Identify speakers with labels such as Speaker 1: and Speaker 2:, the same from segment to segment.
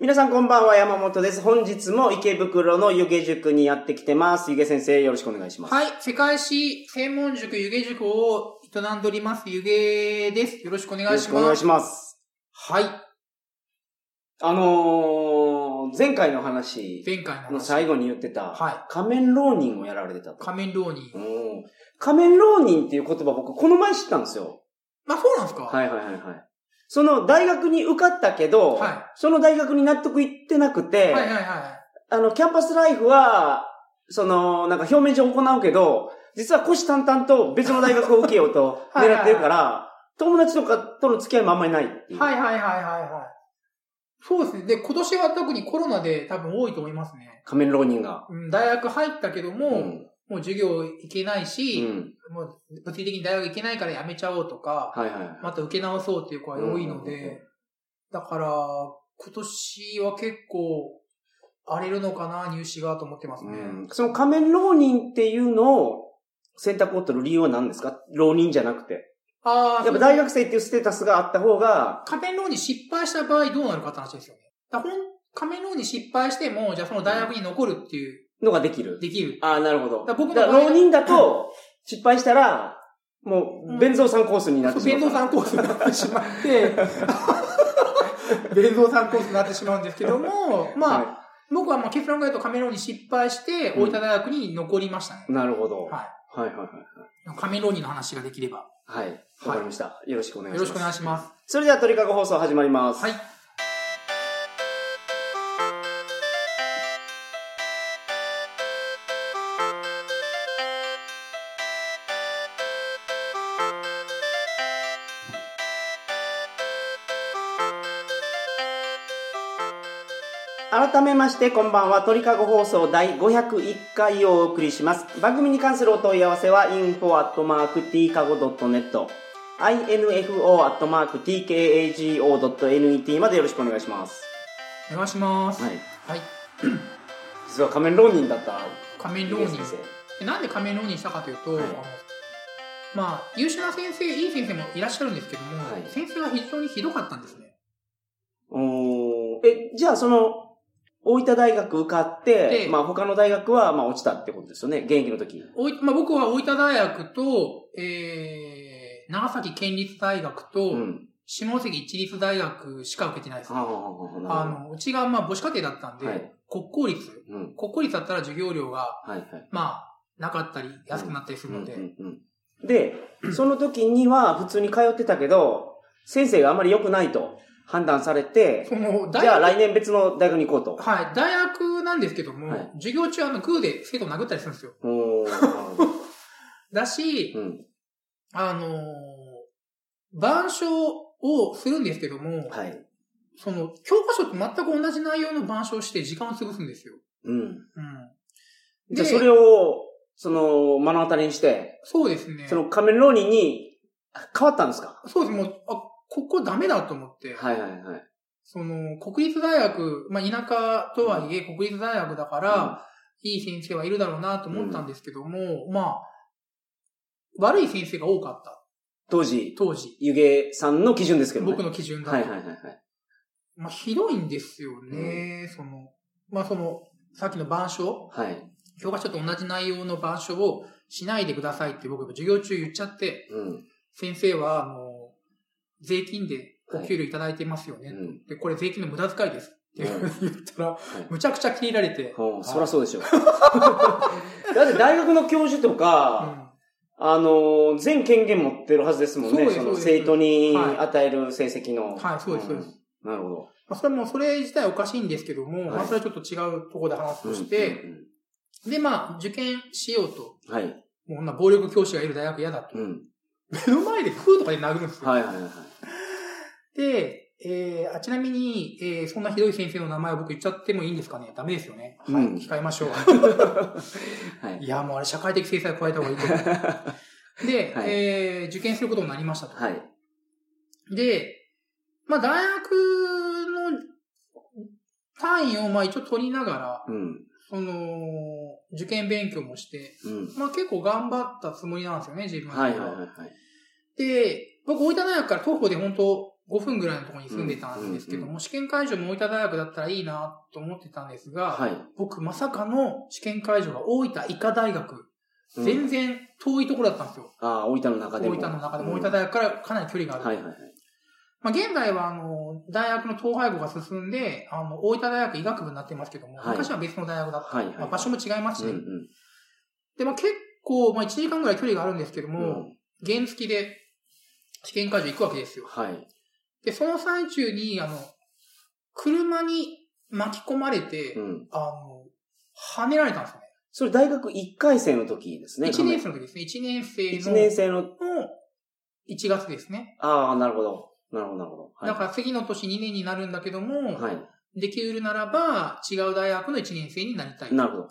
Speaker 1: 皆さんこんばんは、山本です。本日も池袋の湯気塾にやってきてます。湯気先生、よろしくお願いします。
Speaker 2: はい、世界史専門塾湯気塾を営んでおります湯気です。よろしくお願い
Speaker 1: よろし
Speaker 2: し
Speaker 1: くお願
Speaker 2: ま
Speaker 1: い
Speaker 2: す。
Speaker 1: します。
Speaker 2: はい、
Speaker 1: あのー、前回の話
Speaker 2: 前回の
Speaker 1: の
Speaker 2: 話。
Speaker 1: 最後に言ってた、
Speaker 2: は
Speaker 1: 仮面浪人をやられてたと。
Speaker 2: 仮面浪人。
Speaker 1: うん仮面浪人っていう言葉僕この前知ったんですよ。
Speaker 2: まあそうなんですか、
Speaker 1: はいはいはいはい。その大学に受かったけど、
Speaker 2: はい
Speaker 1: その大学に納得いってなくて、
Speaker 2: はいはいは
Speaker 1: あの、キャンパスライフは、その、なんか表面上行うけど、実は虎視眈々と別の大学を受けようと
Speaker 2: はいはいはい
Speaker 1: 狙ってるから、友達とかとの付き合いもあんまりないって
Speaker 2: い。
Speaker 1: いう。
Speaker 2: はいはいはいはいはい。そうですね。で、今年は特にコロナで多分多いと思いますね。
Speaker 1: 仮面浪人が。
Speaker 2: うん、大学入ったけども、
Speaker 1: うん。
Speaker 2: もう授業行けないうし、
Speaker 1: ん。
Speaker 2: もう物理的に大学行けないからやめちゃおうとか、
Speaker 1: はいはい。
Speaker 2: また受け直そうっていう子が多いの
Speaker 1: うんうんうんうん
Speaker 2: で、だから、今年は結構、荒れるのかな、入試がと思ってます
Speaker 1: う
Speaker 2: ね。
Speaker 1: ん、その仮面浪人っていうのを選択を取る理由は何ですか浪人じゃなくて。
Speaker 2: ああ、
Speaker 1: やっぱ大学生っていうステータスがあった方が、
Speaker 2: 仮面浪人失敗した場合どうなるかって話ですよね。だからほん仮面浪人失敗しても、じゃあその大学に残るっていう、
Speaker 1: のができる。
Speaker 2: できる。
Speaker 1: ああ、なるほど。
Speaker 2: だから僕の
Speaker 1: だから
Speaker 2: 場合は
Speaker 1: 浪人だと、失敗したら、も
Speaker 2: う
Speaker 1: う、
Speaker 2: ん
Speaker 1: 弁蔵さんコースになってしま
Speaker 2: 弁
Speaker 1: う。
Speaker 2: 蔵さんコースになってしまって、 弁蔵さんコースになってしまうんですけども、まあ、
Speaker 1: は
Speaker 2: 僕はまあ結論から言うと仮面浪人失敗して、
Speaker 1: うん
Speaker 2: 大分大学に残りましたね
Speaker 1: い。。なるほど。
Speaker 2: はい。
Speaker 1: はいはいはい。
Speaker 2: 仮面浪人の話ができれば。
Speaker 1: はい。わかりました。よろしくお願いしま
Speaker 2: よろ
Speaker 1: す。
Speaker 2: しくお願いします。
Speaker 1: それでは鳥かご放送始まります。
Speaker 2: はい。
Speaker 1: 改めまして、こんばんは。鳥かご放送第501回をお送りします。番組に関するお問い合わせは、info.tkago.net、info.tkago.net までよろしくお願いします。
Speaker 2: お願いします。
Speaker 1: は。
Speaker 2: はいい。
Speaker 1: 実は仮面浪人だった。
Speaker 2: 仮面浪人
Speaker 1: 先。生。
Speaker 2: でなんで仮面浪人したかというと、
Speaker 1: はい
Speaker 2: あのまあ、優秀な先生、いい先生もいらっしゃるんですけども、
Speaker 1: はい
Speaker 2: 先生が非常にひどかったんですね。
Speaker 1: おーえ、じゃあその、大分大学受かって、
Speaker 2: で
Speaker 1: まあ他の大学はまあ落ちたってことですよね、現役の時。
Speaker 2: おいまあ、僕は大分大学と、えー、長崎県立大学と、
Speaker 1: うん。
Speaker 2: 下関一律大学しか受けてないです。
Speaker 1: ああ、な
Speaker 2: あ
Speaker 1: るほど
Speaker 2: の、うちがまあ母子家庭だったんで、
Speaker 1: はい
Speaker 2: 国公立。
Speaker 1: うん。
Speaker 2: 国公立だったら授業料が、
Speaker 1: はいはい。
Speaker 2: まあ、なかったり、安くなったりするので、
Speaker 1: うんうんうんで、その時には普通に通ってたけど、先生があまり良くないと判断されて、
Speaker 2: その、大
Speaker 1: じゃあ
Speaker 2: 学、
Speaker 1: 来年別の大学に行こうと。
Speaker 2: はい、大学なんですけども、
Speaker 1: はい
Speaker 2: 授業中あの、グーで生徒を殴ったりするんですよ。
Speaker 1: おーなるほど
Speaker 2: だし、
Speaker 1: うん。
Speaker 2: あのー、板書をするんですけども、
Speaker 1: はい。
Speaker 2: その、教科書と全く同じ内容の板書をして時間を潰すんですよ。
Speaker 1: うん。
Speaker 2: うん。
Speaker 1: じゃあ
Speaker 2: で
Speaker 1: それを、その、目の当たりにして、
Speaker 2: そうですね。
Speaker 1: その仮面浪人に変わったんですか
Speaker 2: そうです。もう、あ、ここダメだと思って、
Speaker 1: はいはいはい。
Speaker 2: その、国立大学、まあ、田舎とはいえ国立大学だから、いい先生はいるだろうなと思ったんですけども、まあ、悪い先生が多かった。
Speaker 1: 当時、
Speaker 2: 当時。
Speaker 1: 湯気さんの基準ですけどね。
Speaker 2: 僕の基準だと。
Speaker 1: はいはいはいはい。
Speaker 2: まあ、ひどいんですよね。その、まあ、その、さっきの板書
Speaker 1: はい。
Speaker 2: 教科書と同じ内容の板書をしないでくださいって僕も授業中言っちゃって、
Speaker 1: うん。
Speaker 2: 先生は、あの、税金でお給料いただいてますよね。
Speaker 1: うん。
Speaker 2: で、これ税金の無駄遣いですって
Speaker 1: うん
Speaker 2: 言ったら
Speaker 1: い、
Speaker 2: むちゃくちゃ切れられて。
Speaker 1: ほ
Speaker 2: は
Speaker 1: う
Speaker 2: い
Speaker 1: そらそうでしょう。 だって大学の教授とか、あの、全権限持ってるはずですもん
Speaker 2: そう
Speaker 1: ね。
Speaker 2: です
Speaker 1: そ
Speaker 2: そう
Speaker 1: の
Speaker 2: です
Speaker 1: 生徒に
Speaker 2: はい
Speaker 1: 与える成績の。
Speaker 2: うんはい、そうです、そうです。
Speaker 1: うんなるほど。
Speaker 2: まあ、それはもうそれ自体おかしいんですけども、
Speaker 1: はい
Speaker 2: まあ、それはちょっと違うところで話すとして、
Speaker 1: うん
Speaker 2: で、まあ、受験しようと。
Speaker 1: うんはい。
Speaker 2: もうこんな暴力教師がいる大学嫌だと。
Speaker 1: うん。
Speaker 2: 目の前でフーとかで殴るんですよ。
Speaker 1: はいはいはい。
Speaker 2: で、えー、あちなみに、えー、そんなひどい先生の名前を僕言っちゃってもいいんですかねダメですよね。はい。
Speaker 1: うん
Speaker 2: 控えま しょう。
Speaker 1: はい。
Speaker 2: いや、もうあれ社会的制裁を加えた方がいいと思う。で、
Speaker 1: はい
Speaker 2: えー、受験することになりましたと。
Speaker 1: はい。
Speaker 2: で、まあ、大学の単位をまあ一応取りながら、
Speaker 1: うん。
Speaker 2: その、受験勉強もして、
Speaker 1: うん。
Speaker 2: まあ結構頑張ったつもりなんですよね、自分
Speaker 1: はいはいはいはい。
Speaker 2: で、僕、大分大学から徒歩で本当5分ぐらいのところに住んでたんですけど
Speaker 1: うんう
Speaker 2: も、試験会場も大分大学だったらいいなと思ってたんですが、
Speaker 1: はい。
Speaker 2: 僕まさかの試験会場が大分医科大学、
Speaker 1: うん
Speaker 2: 全然遠いところだったんですよ。
Speaker 1: ああ、大分の中
Speaker 2: 大
Speaker 1: でも。
Speaker 2: 分の中でも
Speaker 1: う
Speaker 2: 大
Speaker 1: ん
Speaker 2: 分大学からかなり距離がある。
Speaker 1: はいはいはい。
Speaker 2: まあ、現在は、あの、大学の統廃合が進んで、あの、大分大学医学部になってますけども、
Speaker 1: はい
Speaker 2: 昔は別の大学だった。
Speaker 1: はいはい。
Speaker 2: まあ、場所も違いますし、
Speaker 1: うん
Speaker 2: ねで、まあ、結構、まあ、1時間ぐらい距離があるんですけど
Speaker 1: うん。
Speaker 2: も、原付きで試験会場行くわけです
Speaker 1: うん
Speaker 2: よ。
Speaker 1: はい。
Speaker 2: で、その最中に、あの、車に巻き込まれて、
Speaker 1: うん。
Speaker 2: あの、跳ねられたんですよね。
Speaker 1: それ大学1回生の時ですね。
Speaker 2: 1年生の時ですね。1年生
Speaker 1: 一
Speaker 2: の
Speaker 1: 年生の、
Speaker 2: の1月ですね。
Speaker 1: ああ、なるほど。なるほど、なるほど。はい
Speaker 2: だから次の年2年になるんだけども、
Speaker 1: はい。
Speaker 2: できうるならば、違う大学の1年生になりたい。
Speaker 1: なるほど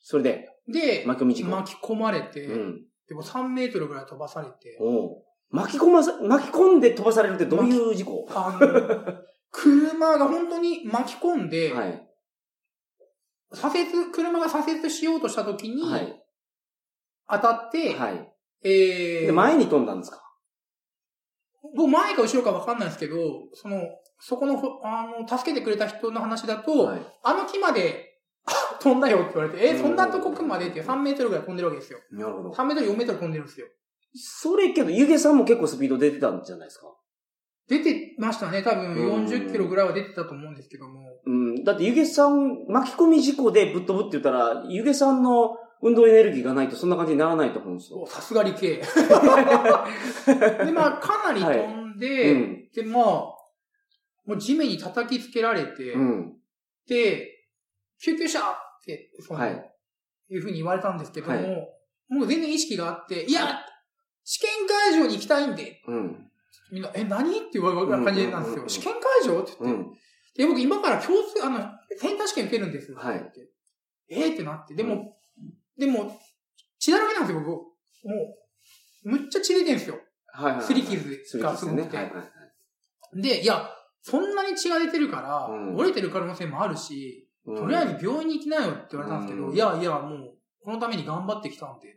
Speaker 1: それで、
Speaker 2: で、
Speaker 1: 巻き込み事故。
Speaker 2: 巻き込まれて、
Speaker 1: うん。
Speaker 2: でも3メートルぐらい飛ばされて、
Speaker 1: おう巻き込まさ、巻き込んで飛ばされるってどういう事故
Speaker 2: あの、 車が本当に巻き込んで、
Speaker 1: はい。
Speaker 2: 左折、車が左折しようとした時に、
Speaker 1: はい。
Speaker 2: 当たって、
Speaker 1: はい。
Speaker 2: え
Speaker 1: で、
Speaker 2: ー、
Speaker 1: 前に飛んだんですか
Speaker 2: 僕前か後ろか分かんないですけど、その、そこのほ、あの、助けてくれた人の話だと、
Speaker 1: はい。
Speaker 2: あの木まで 飛んだよって言われて、
Speaker 1: う
Speaker 2: え、
Speaker 1: ん
Speaker 2: そんなとこまでって3メートルぐらい飛んでるわけですよ。
Speaker 1: なるほど。
Speaker 2: 3メートル、4メートル飛んでるんですよ。
Speaker 1: それけど、ゆげさんも結構スピード出てたんじゃないですか
Speaker 2: 出てましたね。多分
Speaker 1: うん
Speaker 2: 40キロぐらいは出てたと思うんですけども。
Speaker 1: うん。だって、ゆげさん、巻き込み事故でぶっ飛ぶって言ったら、ゆげさんの運動エネルギーがないとそんな感じにならないと思うんですよ
Speaker 2: お。さすが理系。で、まあ、かなり飛んで、
Speaker 1: うん。
Speaker 2: で、まあ、もう地面に叩きつけられて、
Speaker 1: うん。
Speaker 2: で、救急車って、その、
Speaker 1: はい
Speaker 2: い、うふうに言われたんですけども、
Speaker 1: はい
Speaker 2: もう全然意識があって、いや、試験会場に行きたいんで、
Speaker 1: うん。
Speaker 2: みんな、え、何って言われる感じな
Speaker 1: うんうんう
Speaker 2: んです
Speaker 1: んう
Speaker 2: よ。
Speaker 1: ん
Speaker 2: 試験会場って
Speaker 1: う
Speaker 2: 言って、
Speaker 1: ん。
Speaker 2: で、僕今から共通、あの、センター試験受けるんですよ。
Speaker 1: はい
Speaker 2: って言ってえーってなって、で
Speaker 1: う
Speaker 2: も、でも、血だらけなんですよ、僕。もう、むっちゃ血出てるんですよ。
Speaker 1: はいはい。
Speaker 2: すり傷
Speaker 1: すり
Speaker 2: がす
Speaker 1: 傷
Speaker 2: ご
Speaker 1: ね。
Speaker 2: く
Speaker 1: はい
Speaker 2: て。
Speaker 1: はいはい。
Speaker 2: で、いや、そんなに血が出てるから、
Speaker 1: うん
Speaker 2: 折れてる可能性もあるし、
Speaker 1: うん
Speaker 2: とりあえず病院に行きなよって言われたんですけど、
Speaker 1: うん
Speaker 2: いやいや、もう、このために頑張ってきたんで。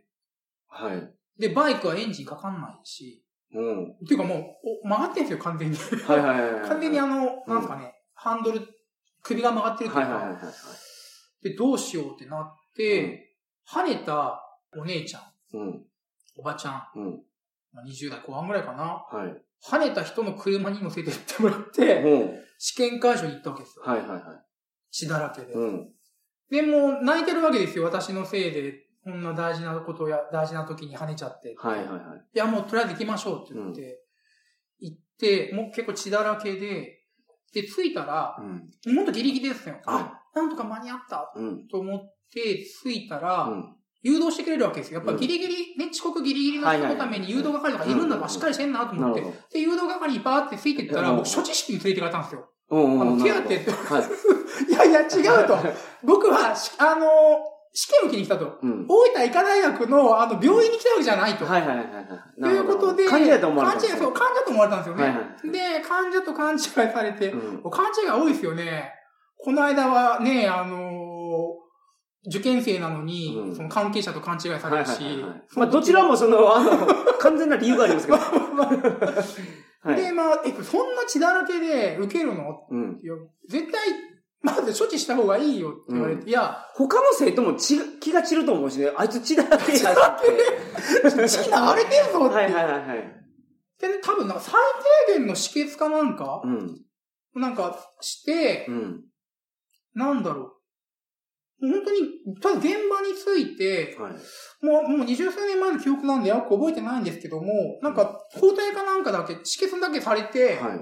Speaker 1: はい。
Speaker 2: で、バイクはエンジンかかんないし、
Speaker 1: うん。
Speaker 2: っていうかもう、お曲がってんすよ、完全に。
Speaker 1: はいはいはいはい。
Speaker 2: 完全にあの、なんすかね、ハンドル、首が曲がってるとい
Speaker 1: は
Speaker 2: う
Speaker 1: い
Speaker 2: か、
Speaker 1: はいはいはい。
Speaker 2: で、どうしようってなって、跳ねたお姉ちゃん、
Speaker 1: うん。
Speaker 2: おばちゃん、
Speaker 1: うん。
Speaker 2: まあ20代後半ぐらいかな、
Speaker 1: はい。
Speaker 2: 跳ねた人の車に乗せてってもらって、
Speaker 1: うん。
Speaker 2: 試験会場に行ったわけですよ。
Speaker 1: はいはいは
Speaker 2: 血だらけで
Speaker 1: い。。うん。
Speaker 2: で、もう泣いてるわけですよ。私のせいで、こんな大事なことや、大事な時に跳ねちゃって。
Speaker 1: はいはい
Speaker 2: い。
Speaker 1: はい。
Speaker 2: や、もうとりあえず行きましょうって言って、行って、もう結構血だらけで、で、着いたら、
Speaker 1: うん。
Speaker 2: もっとギリギリですよ。あ、
Speaker 1: は
Speaker 2: なんとか間に合った
Speaker 1: い。うん。
Speaker 2: と思って、着いたら、
Speaker 1: うん。
Speaker 2: 誘導してくれるわけですよ。やっぱギリギリ、ね、遅刻ギリギリの人のために誘導係とかいるんだからしっかりしてんなと
Speaker 1: な
Speaker 2: 思
Speaker 1: る
Speaker 2: っ
Speaker 1: ほ
Speaker 2: て。で、誘導係にバーってついてったら、僕、処置室に連れてかれたんですよ。
Speaker 1: ど。うんうん
Speaker 2: あ
Speaker 1: うん。
Speaker 2: の、手当
Speaker 1: な
Speaker 2: て
Speaker 1: る
Speaker 2: って。
Speaker 1: ほどはい。
Speaker 2: いやいや、違 うと。僕は、しあのー試験受けに来たと。
Speaker 1: うん。
Speaker 2: 大分医科大学の、あの、病院に来たわけじゃないと。
Speaker 1: はいはいはいはいはい。
Speaker 2: ということで、
Speaker 1: 感じだと思われ
Speaker 2: 勘違いそう、患者と思われたんですよね。
Speaker 1: はいはい
Speaker 2: で、患者と勘違いされて、
Speaker 1: うん。
Speaker 2: 勘違いが多いですよね。この間はね、あのー受験生なのに、
Speaker 1: うん
Speaker 2: その関係者と勘違い
Speaker 1: は
Speaker 2: さ
Speaker 1: い
Speaker 2: れ
Speaker 1: はい
Speaker 2: るし、
Speaker 1: はいはい。まあ、どちらもその、あ の、完全な理由がありますけど。はい。
Speaker 2: で、まあ、え、そんな血だらけで受けるの
Speaker 1: うん。
Speaker 2: いや、絶対、まず処置した方がいいよって言われて、いや、
Speaker 1: 他の生徒も血が、気が散ると思うしね、あいつ血だらけや
Speaker 2: 血流れてんぞって。
Speaker 1: はいはいはいはい。
Speaker 2: で、ね、多分なんか最低限の止血かなんか、
Speaker 1: うん。
Speaker 2: なんかして、
Speaker 1: うん。
Speaker 2: なんだろう。もう本当に、ただ現場について、
Speaker 1: はい。
Speaker 2: もう、もう二十数年前の記憶なんでよく覚えてないんですけども、なんか、抗体かなんかだけ、止血だけされて、
Speaker 1: は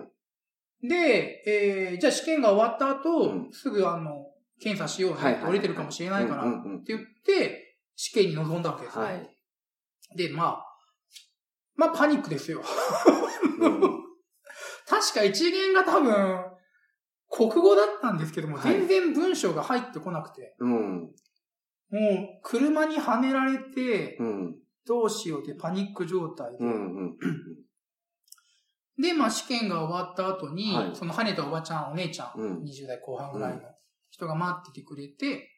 Speaker 1: い。
Speaker 2: で、えー、じゃあ試験が終わった後、
Speaker 1: うん
Speaker 2: すぐあの、検査しようね、
Speaker 1: はいはい
Speaker 2: 折れてるかもしれないから、
Speaker 1: うん
Speaker 2: っ
Speaker 1: うんうん。
Speaker 2: て言って、試験に臨んだわけですね。
Speaker 1: はい。
Speaker 2: で、まあ、まあパニックですよ。
Speaker 1: うん
Speaker 2: 確か一元が多分、国語だったんですけども、
Speaker 1: はい
Speaker 2: 全然文章が入ってこなくて、
Speaker 1: うん。
Speaker 2: もう車にはねられて、
Speaker 1: うん。
Speaker 2: どうしようってパニック状態で、
Speaker 1: うん。うん。
Speaker 2: で、まあ試験が終わった後に、
Speaker 1: はい
Speaker 2: その跳ねたおばちゃん、お姉ちゃん、
Speaker 1: うん
Speaker 2: 20代後半ぐらいの人が待っててくれて、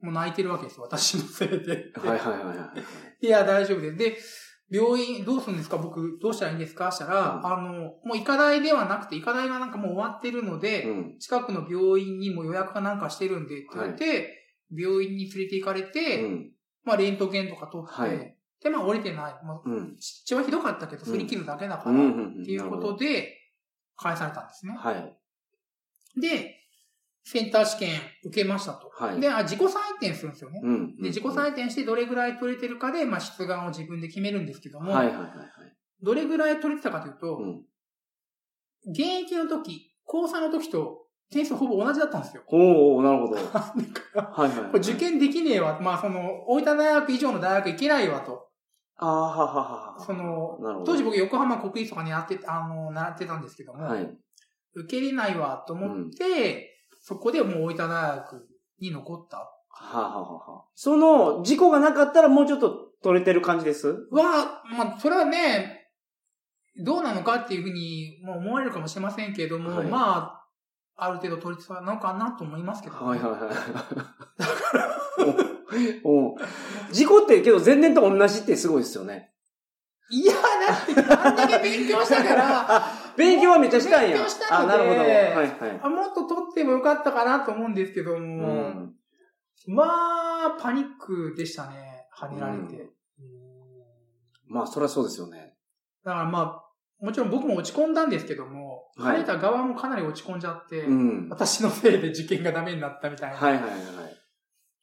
Speaker 2: もう泣いてるわけですよ、私のせいで。
Speaker 1: はいはいはいはい。
Speaker 2: いや、大丈夫です。で、病院どうするんですか僕どうしたらいいんですかしたら、
Speaker 1: うん
Speaker 2: あの、もう医科大ではなくて、医科大がなんかもう終わってるので、
Speaker 1: うん。
Speaker 2: 近くの病院にも予約かなんかしてるんで、って言われて、病院に連れて行かれて、
Speaker 1: うん。
Speaker 2: まあ、レントゲンとか取って、
Speaker 1: はい
Speaker 2: で、まあ、折れてない。まあ、
Speaker 1: うん。
Speaker 2: 血はひどかったけど、擦り切るだけだから、
Speaker 1: うん
Speaker 2: っ
Speaker 1: うんうん
Speaker 2: ていう
Speaker 1: な
Speaker 2: こ
Speaker 1: るほ
Speaker 2: と
Speaker 1: ど
Speaker 2: で、返されたんですね。
Speaker 1: はい。
Speaker 2: で、センター試験受けましたと。
Speaker 1: はい。
Speaker 2: で、あ、自己採点するんですよね。
Speaker 1: うん。
Speaker 2: で、自己採点してどれぐらい取れてるかで、まあ、出願を自分で決めるんですけども、
Speaker 1: はいはいはいはい。
Speaker 2: どれぐらい取れてたかというと、
Speaker 1: うん。
Speaker 2: 現役の時、高3の時と点数ほぼ同じだったんですよ。
Speaker 1: おー、なるほど。
Speaker 2: だから
Speaker 1: はいはいはい。
Speaker 2: これ受験できねえわ。まあ、その、大分大学以上の大学行けないわと。
Speaker 1: あーはははは。
Speaker 2: その
Speaker 1: なるほど、
Speaker 2: 当時僕横浜国立とかにやって、あの、習ってたんですけども、
Speaker 1: はい。
Speaker 2: 受けれないわと思って、そこでもう大分大学に残った。
Speaker 1: はははは。その、事故がなかったらもうちょっと取れてる感じです
Speaker 2: は、まあ、それはね、どうなのかっていうふうに、まあ思われるかもしれませんけれども、
Speaker 1: はい
Speaker 2: まあ、ある程度取り付かなのかなと思いますけど、
Speaker 1: はいはいはい。おお事故ってけど前年と同じってすごいですよね。
Speaker 2: いや、だって、あんだけ勉強したから、
Speaker 1: あ、 勉強はめっちゃしたんや。
Speaker 2: 勉強したので
Speaker 1: あ、なるほど。はいはい。
Speaker 2: あもっと取ってもよかったかなと思うんですけど
Speaker 1: う
Speaker 2: も、
Speaker 1: ん。
Speaker 2: まあ、パニックでしたね。跳ねられて。
Speaker 1: う
Speaker 2: うん
Speaker 1: まあ、そりゃそうですよね。
Speaker 2: だからまあ、もちろん僕も落ち込んだんですけども、
Speaker 1: はい
Speaker 2: 跳ねた側もかなり落ち込んじゃって、
Speaker 1: うん。はい
Speaker 2: 私のせいで受験がダメになったみたいな。
Speaker 1: はいはいはい。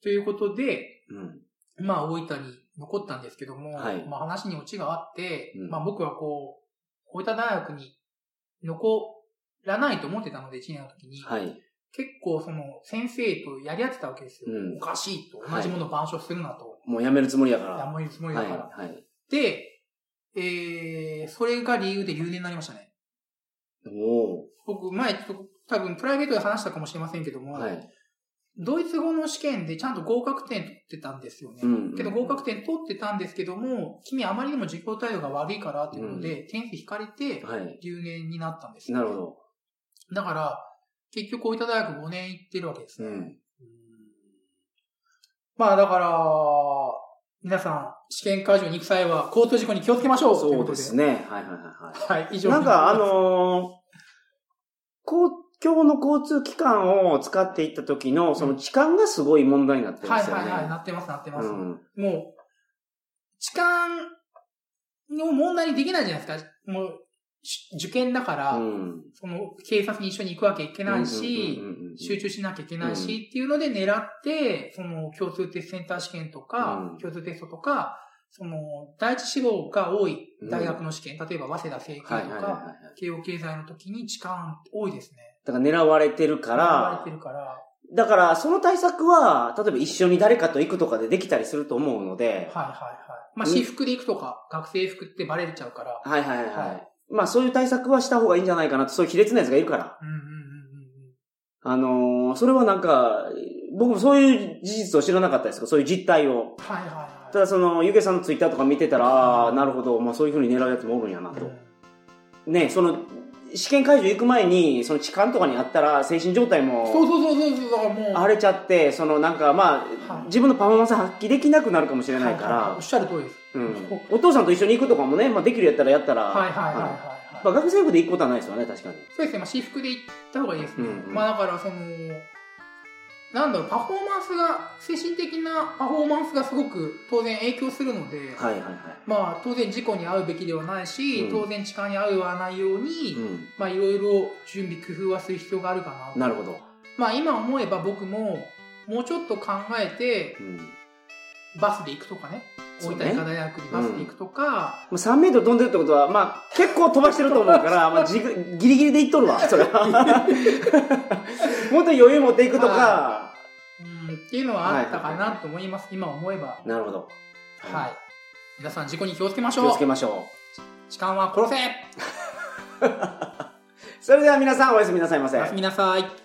Speaker 2: ということで、
Speaker 1: うん。
Speaker 2: まあ、大分に残ったんですけども、
Speaker 1: はい
Speaker 2: まあ話にオチがあって、
Speaker 1: うん
Speaker 2: まあ僕はこう、大分大学に残らないと思ってたので、1年の時に。
Speaker 1: はい。
Speaker 2: 結構その先生とやり合ってたわけですよ。
Speaker 1: うん
Speaker 2: おかしいと。同じものを板書するなと。
Speaker 1: もうやめるつもりやから。
Speaker 2: や
Speaker 1: は
Speaker 2: むるつも
Speaker 1: い
Speaker 2: りだから。
Speaker 1: はい。
Speaker 2: で、えー、それが理由で留年になりましたね。
Speaker 1: おお。
Speaker 2: 僕、前、ちょっと多分プライベートで話したかもしれませんけども、
Speaker 1: はい。
Speaker 2: ドイツ語の試験でちゃんと合格点取ってたんですよね。
Speaker 1: うん。
Speaker 2: けど合格点取ってたんですけども、君あまりにも受講態度が悪いからっていうので、点数引かれて
Speaker 1: はい。
Speaker 2: 留年になったんですよ
Speaker 1: なるほど。
Speaker 2: だから、結局大分大学5年行ってるわけです
Speaker 1: う
Speaker 2: ね。
Speaker 1: ん。
Speaker 2: まあだから、皆さん、試験会場に行く際は、交通事故に気をつけましょうとい
Speaker 1: そうう
Speaker 2: こと
Speaker 1: ですね。はいはいはいはい。
Speaker 2: はい、以上
Speaker 1: なんか、あ、のー公共の交通機関を使っていった時の、その痴漢がすごい問題になってま
Speaker 2: はい
Speaker 1: すよ
Speaker 2: は
Speaker 1: ね。
Speaker 2: いはい、なってます、なってます。
Speaker 1: うん。
Speaker 2: もう、痴漢の問題にできないじゃないですか。もう、し受験だから、
Speaker 1: うん。
Speaker 2: その、警察に一緒に行くわけいけないし、
Speaker 1: うんうんうんうん、
Speaker 2: 集中しなきゃいけないし、っていうので狙って、その共通テストセンター試験とか、
Speaker 1: うん
Speaker 2: 共通テストとか、その第一志望が多い大学の試験、例えば早稲田政
Speaker 1: はい
Speaker 2: 経
Speaker 1: はい
Speaker 2: と
Speaker 1: はい
Speaker 2: か、
Speaker 1: はい。
Speaker 2: 慶応経済の時に痴漢多いですね。
Speaker 1: だから狙われてるか
Speaker 2: 狙わ
Speaker 1: ら
Speaker 2: れ、てるから、
Speaker 1: だからその対策は、例えば一緒に誰かと行くとかでできたりすると思うので、
Speaker 2: はいはいはい。まあ私服で行くとか、学生服ってバレれちゃうから、
Speaker 1: はいはいはい。は、
Speaker 2: はい
Speaker 1: まあそういう対策はした方がいいんじゃないかなと、そういう卑劣なやつがいるから。
Speaker 2: うんうんうん
Speaker 1: あのーそれはなんか、僕もそういう事実を知らなかったですけど、そういう実態を。
Speaker 2: うん。はいはいはい。
Speaker 1: ただその、ゆげさんのツイッターとか見てたら、ああ、なるほど、まあそういう風に狙うやつもおるんやな
Speaker 2: う
Speaker 1: と。
Speaker 2: ん
Speaker 1: ね、その、試験会場行く前に、その痴漢とかにあったら、精神状態
Speaker 2: そう
Speaker 1: も
Speaker 2: そうそうそうそう、だからもう、
Speaker 1: 荒れちゃって、そのなんかまあ
Speaker 2: は、い
Speaker 1: 自分のパフォーマンス発揮できなくなるかもしれないか
Speaker 2: はいはいはいお
Speaker 1: ら
Speaker 2: っ、しゃる通りです。
Speaker 1: うんお父さんと一緒に行くとかもね、まあできるやったらやったら、
Speaker 2: はいはいはいはい
Speaker 1: ま
Speaker 2: はい。
Speaker 1: あ学生服で行くことはないですよね、確かに。
Speaker 2: そうですね、まあ、私服で行った方がいいですね。
Speaker 1: うんうん
Speaker 2: まあだから、その、なんだろう、パフォーマンスが、精神的なパフォーマンスがすごく当然影響するので、
Speaker 1: はいはいは
Speaker 2: まあ当然事故に遭うべきではないし、
Speaker 1: うん
Speaker 2: 当然痴漢に遭うはないように、
Speaker 1: い。うん。
Speaker 2: まあいろいろ準備、工夫はする必要があるかな。
Speaker 1: なるほど。
Speaker 2: まあ今思えば僕も、もうちょっと考えて
Speaker 1: う、ん。
Speaker 2: バスで行くとかね、
Speaker 1: そ
Speaker 2: 大
Speaker 1: う
Speaker 2: 分
Speaker 1: ね
Speaker 2: 医科大学にバスで行くとか、
Speaker 1: もう3メートル飛んでるってことは、まあ、結構飛ばしてると思う から、まあ、じぐギリギリでいっとるわ、それは。 もっと余裕持っていくとか。
Speaker 2: うんっていうのはあったかなと思います、今思えば。
Speaker 1: なるほど。
Speaker 2: はい。皆さん事故に気をつけまし
Speaker 1: 気
Speaker 2: ょう
Speaker 1: をつけましょ
Speaker 2: 痴漢は殺せ
Speaker 1: う。それでは皆さん、おやすみなさいませ。
Speaker 2: おやすみなさい